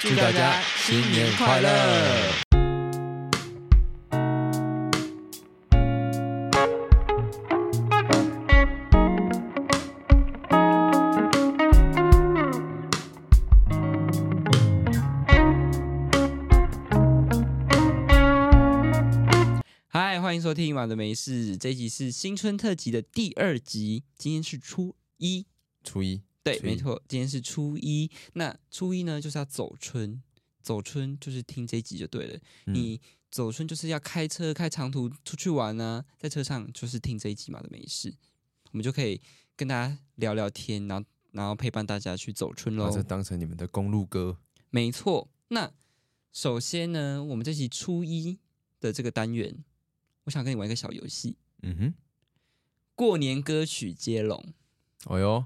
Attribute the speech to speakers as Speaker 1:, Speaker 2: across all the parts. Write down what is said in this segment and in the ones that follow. Speaker 1: 祝大家新年快乐！嗨，欢迎收听《马的没事》，这一集是新春特辑的第二集，今天是初一，
Speaker 2: 初一，
Speaker 1: 对，
Speaker 2: 初一
Speaker 1: 没错，今天是初一。那初一呢，就是要走春，走春就是听这一集就对了。
Speaker 2: 嗯
Speaker 1: 你走春就是要开车开长途出去玩呢、在车上就是听这一集嘛的没事，我们就可以跟大家聊聊天，然后然后陪伴大家去走春
Speaker 2: 把
Speaker 1: 喽
Speaker 2: 这。当成你们的公路歌。
Speaker 1: 没错，那首先呢，我们这集初一的这个单元，我想跟你玩一个小游戏，
Speaker 2: 嗯
Speaker 1: 过年歌曲接龙。
Speaker 2: 哼，哎呦，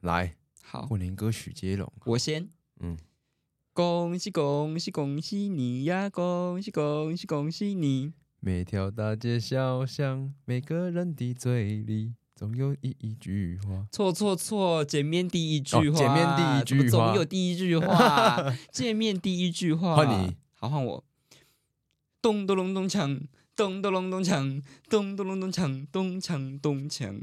Speaker 2: 来，
Speaker 1: 好，
Speaker 2: 过年歌曲接龙。
Speaker 1: 我先。
Speaker 2: 嗯，
Speaker 1: 恭喜恭喜恭喜你呀！恭喜恭喜恭喜你！
Speaker 2: 每条大街小巷，每个人的嘴里总有一一句话。
Speaker 1: 错错错！见面第一句
Speaker 2: 哦
Speaker 1: 话，
Speaker 2: 见面第一
Speaker 1: 怎
Speaker 2: 句话
Speaker 1: 么总有第一句 话。见面第一句话，
Speaker 2: 换你，
Speaker 1: 好换我。咚咚隆咚锵，咚咚隆咚锵，咚咚隆咚锵，咚锵咚锵。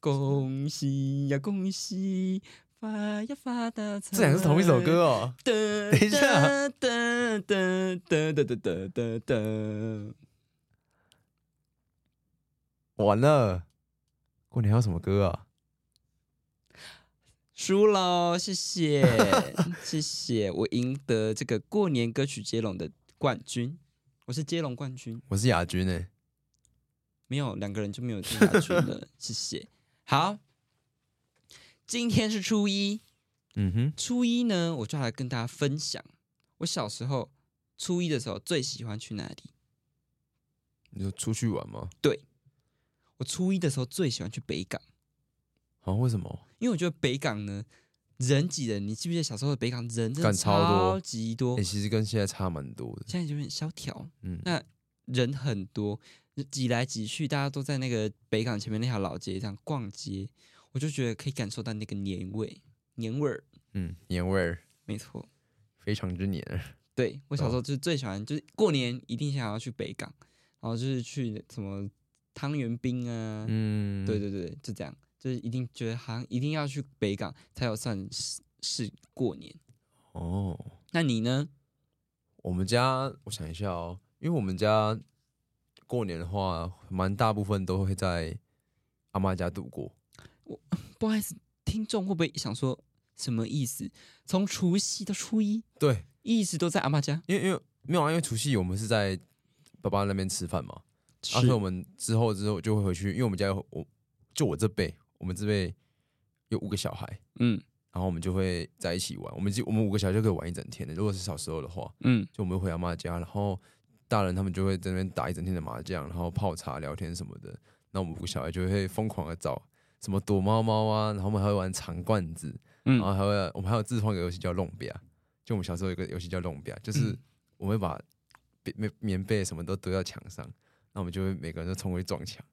Speaker 1: 恭喜呀恭喜，发呀发大财！
Speaker 2: 这两个是同一首歌哦。
Speaker 1: 噔
Speaker 2: 等一下，
Speaker 1: 噔噔噔噔噔噔噔噔。
Speaker 2: 完了，过年还有什么歌啊？
Speaker 1: 输喽，谢谢， 谢谢，我赢得这个过年歌曲接龙的冠军，我是接龙冠军，
Speaker 2: 我是亚军诶、欸
Speaker 1: 没有两个人就没有冠军了，谢谢。好，今天是初一，
Speaker 2: 嗯哼，
Speaker 1: 初一呢，我就要来跟大家分享我小时候初一的时候最喜欢去哪里。
Speaker 2: 你说出去玩吗？
Speaker 1: 我初一的时候最喜欢去北港，
Speaker 2: 啊，为什么？
Speaker 1: 因为我觉得北港呢人挤人，你记不记得小时候的北港人真的
Speaker 2: 干超多
Speaker 1: 超级多
Speaker 2: 诶、，欸其实跟现在差蛮多的。
Speaker 1: 现在有点萧条。
Speaker 2: 嗯，
Speaker 1: 那人很多，挤来挤去，大家都在那个北港前面那条老街上逛街，我就觉得可以感受到那个年味，年味儿，
Speaker 2: 嗯，年味儿
Speaker 1: 没错。
Speaker 2: 非常之年。
Speaker 1: 对我
Speaker 2: 哦
Speaker 1: 小时候就是最喜欢，就是过年一定想要去北港，然后就是去什么汤圆冰啊，
Speaker 2: 嗯，
Speaker 1: 对对对，就这样，就是一定觉得好像一定要去北港才有算是是过年。
Speaker 2: 哦。
Speaker 1: 那你呢？
Speaker 2: 我们家，我想一下哦，因为我们家过年的话，蛮大部分都会在阿妈家度过。
Speaker 1: 不好意思，听众会不会想说什么意思？从除夕到初一，
Speaker 2: 对，
Speaker 1: 一直都在阿妈家，
Speaker 2: 因为因为没有啊，因为除夕我们是在爸爸那边吃饭嘛，啊，所以我们之后之后就会回去，因为我们家有我就我这辈，我们这辈有五个小孩，
Speaker 1: 嗯
Speaker 2: 然后我们就会在一起玩，我们就我们五个小孩就可以玩一整天的。如果是小时候的话，
Speaker 1: 嗯，
Speaker 2: 就我们会回阿妈家，然后大人他们就会在那边打一整天的麻将，然后泡茶聊天什么的。那我们五个小孩就会疯狂的找什么躲猫猫啊，然后我们还会玩长罐子，
Speaker 1: 嗯
Speaker 2: 然后还会我们还有自创一个游戏叫弄表，就我们小时候有一个游戏叫弄表，就是
Speaker 1: 嗯
Speaker 2: 我们会把被棉棉被什么都堆到墙上，那我们就会每个人都冲过去撞墙，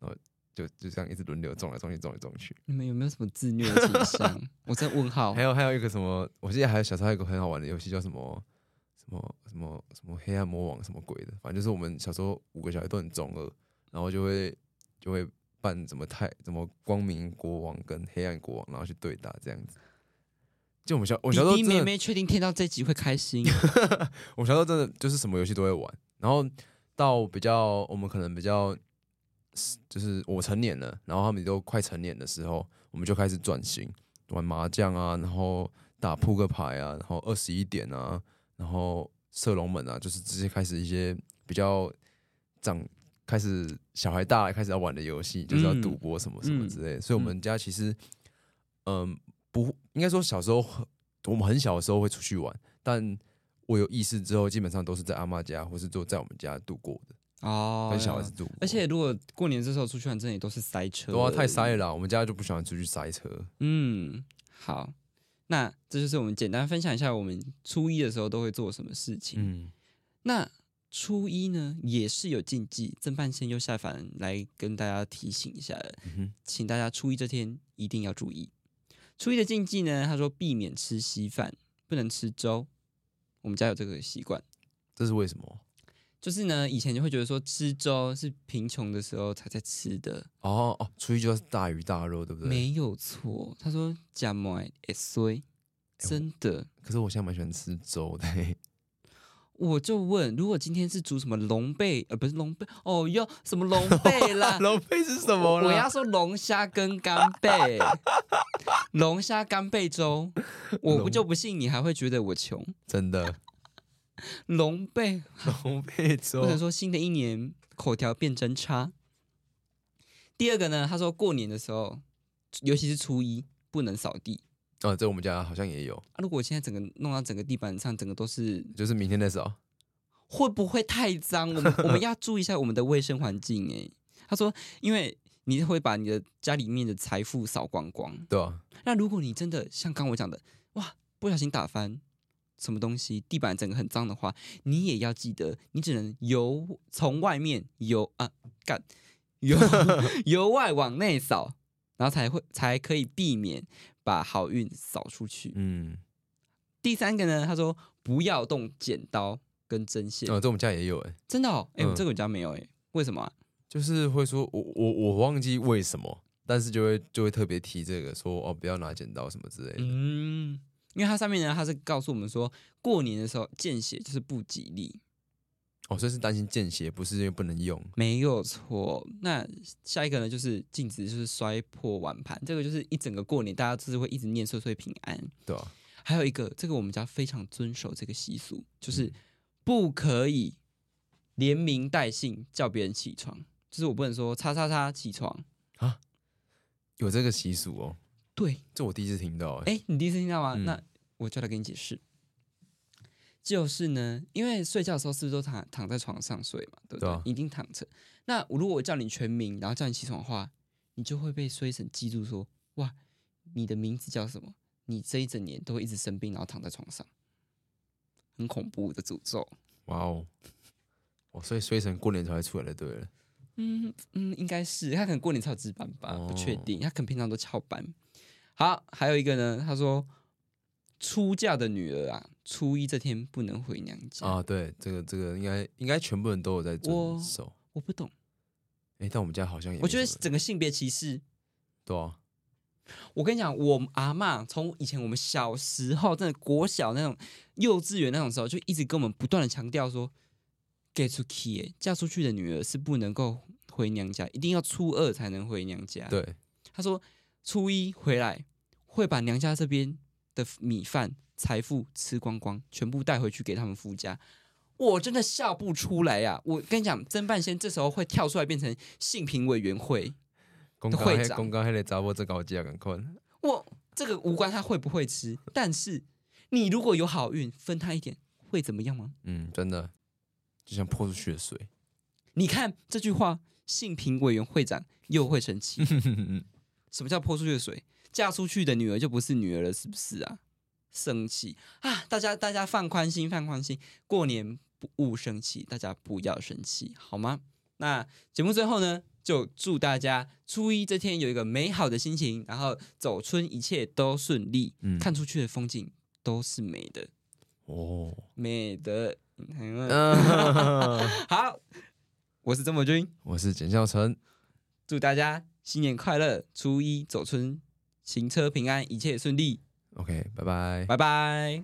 Speaker 2: 然后就就这样一直轮流撞来撞去撞来撞去。
Speaker 1: 你们有没有什么自虐的倾 向？我在问号
Speaker 2: 还。有还有一个什么，我记得还有小时候还有一个很好玩的游戏叫什么什么什么什么黑暗魔王什么鬼的，反正就是我们小时候五个小孩都很中二，然后就会就会扮什么太什么光明国王跟黑暗国王，然后去对打这样子。就我们小我
Speaker 1: 弟
Speaker 2: 小时候
Speaker 1: 弟
Speaker 2: 真
Speaker 1: 妹
Speaker 2: 的，
Speaker 1: 妹确定听到这集会开 心，
Speaker 2: 我小时候真的就是什么游戏都会玩，然后到比较我们可能比较就是我成年了，然后他们都快成年的时候，我们就开始转型玩麻将啊，然后打扑克牌啊，然后二十一点啊，然后射龙门啊，就是直接开始一些比较长开始小孩大了开始要玩的游戏，就是要赌博什么什
Speaker 1: 嗯
Speaker 2: 么之类的所以我们家其实嗯不应该说小时候很我们很小的时候会出去玩，但我有意识之后，基本上都是在阿妈家，或是都在我们家度过的，
Speaker 1: 哦，
Speaker 2: 跟小孩子。度过。
Speaker 1: 而且如果过年这时候出去玩，真的也都是塞车。
Speaker 2: 对啊，太塞了。啦，我们家就不喜欢出去塞车。
Speaker 1: 嗯，好，那这就是我们简单分享一下我们初一的时候都会做什么事情。
Speaker 2: 嗯，
Speaker 1: 那初一呢，也是有禁忌，郑半仙又下凡来跟大家提醒一下了，
Speaker 2: 嗯哼
Speaker 1: 请大家初一这天一定要注意。初一的禁忌呢，他说避免吃稀饭，不能吃粥。我们家有这个习惯，
Speaker 2: 这是为什么？
Speaker 1: 就是呢，以前就会觉得说吃粥是贫穷的时候才在吃的，
Speaker 2: 哦哦，初一就是大鱼大肉，对哎不对？
Speaker 1: 没有错。他说假馍也衰，真的。
Speaker 2: 可是我现在蛮喜欢吃粥的、
Speaker 1: 我就问，如果今天是煮什么龙贝，呃，不是龙贝，哦哟，什么龙贝 啦？
Speaker 2: 龙贝是什
Speaker 1: 啊我
Speaker 2: 么
Speaker 1: 我要
Speaker 2: 啦？
Speaker 1: 说龙虾跟干贝，龙虾干贝粥，我不
Speaker 2: 龙
Speaker 1: 就不信你还会觉得我穷。
Speaker 2: 真的
Speaker 1: 龙贝，
Speaker 2: 龙贝粥
Speaker 1: 或者说新的一年口条变真差。第二个呢，他说过年的时候，尤其是初一不能扫地
Speaker 2: 啊，在我们家好像也有，
Speaker 1: 啊。如果我现在整个弄到整个地板上，整个都是，
Speaker 2: 就是明天再扫。
Speaker 1: 会不会太脏？我们我们要注意一下我们的卫生环境、欸。哎，他说，因为你会把你的家里面的财富扫光光。
Speaker 2: 对啊，
Speaker 1: 那如果你真的像刚我讲的，哇，不小心打翻什么东西，地板整个很脏的话，你也要记得，你只能由从外面由啊干 由由外往内扫，然后才会才可以避免把好运扫出去。
Speaker 2: 嗯，
Speaker 1: 第三个呢，他说不要动剪刀跟针线，
Speaker 2: 啊，在我们家也有、哎，
Speaker 1: 真的哦，哎、
Speaker 2: 嗯
Speaker 1: 这个我家没有哎、为什么、啊？
Speaker 2: 就是会说我我我忘记为什么，但是就会就会特别提这个，说哦不要拿剪刀什么之类的。
Speaker 1: 嗯，因为它上面呢，它是告诉我们说，过年的时候见血就是不吉利。
Speaker 2: 哦，所以是担心见血，不是因为不能用。
Speaker 1: 没有错。那下一个呢，就是禁止就是摔破碗盘，这个就是一整个过年大家就是会一直念岁岁平安。
Speaker 2: 对啊，
Speaker 1: 还有一个，这个我们家非常遵守这个习俗，就是不可以连名带姓叫别人起床，就是我不能说叉叉叉起床。
Speaker 2: 有这个习俗哦，
Speaker 1: 对，
Speaker 2: 这我第一次听到、哎、
Speaker 1: 哎、你第一次听到吗？
Speaker 2: 嗯
Speaker 1: 那我就来给你解释。就是呢，因为睡觉的时候是不是都躺躺在床上睡嘛，对不对？
Speaker 2: 对啊
Speaker 1: 一定躺着。那如果我叫你全名，然后叫你起床的话，你就会被衰神记住说，哇，你的名字叫什么？你这一整年都会一直生病，然后躺在床上，很恐怖的诅咒。
Speaker 2: 哇哦，哦，所以衰神过年才会出来的，对了。
Speaker 1: 嗯嗯，应该是他可能过年才有值班吧，不确
Speaker 2: 哦
Speaker 1: 定。他可能平常都翘班。好，还有一个呢，他说出嫁的女儿啊，初一这天不能回娘家。
Speaker 2: 啊，对，这个这个应该应该全部人都有在
Speaker 1: 我
Speaker 2: 遵守。
Speaker 1: 我不懂，
Speaker 2: 哎，但我们家好像也没
Speaker 1: 我觉得
Speaker 2: 什么
Speaker 1: 整个性别歧视。
Speaker 2: 对啊，
Speaker 1: 我跟你讲，我阿嬷从以前我们小时候，真的国小那种、幼稚园那种时候，就一直跟我们不断的强调说，get 出去耶，嫁出去的女儿是不能够回娘家，一定要初二才能回娘家。
Speaker 2: 对，
Speaker 1: 他说初一回来会把娘家这边的米饭、财富吃光光，全部带回去给他们夫家。我真的笑不出来呀、我跟你讲，曾半仙这时候会跳出来变成性平委员会。
Speaker 2: 公
Speaker 1: 会
Speaker 2: 刚
Speaker 1: 长
Speaker 2: 公刚还得砸我这高啊价，赶快。
Speaker 1: 我这个无关他会不会吃，但是你如果有好运分他一点，会怎么样吗？
Speaker 2: 嗯，真的就像泼出去的水。
Speaker 1: 你看这句话，性平委员会长又会生气。什么叫泼出去的水？嫁出去的女儿就不是女儿了，是不是啊？生气啊！大家大家放宽心，放宽心，过年不勿生气，大家不要生气，好吗？那节目最后呢，就祝大家初一这天有一个美好的心情，然后走春一切都顺利，
Speaker 2: 嗯
Speaker 1: 看出去的风景都是美的，
Speaker 2: 哦，
Speaker 1: 美的。
Speaker 2: 呃
Speaker 1: 嗯
Speaker 2: 啊
Speaker 1: 好，我是曾博君，
Speaker 2: 我是简孝成，
Speaker 1: 祝大家新年快乐，初一走春，行车平安，一切顺利，
Speaker 2: OK，拜拜。
Speaker 1: 拜拜。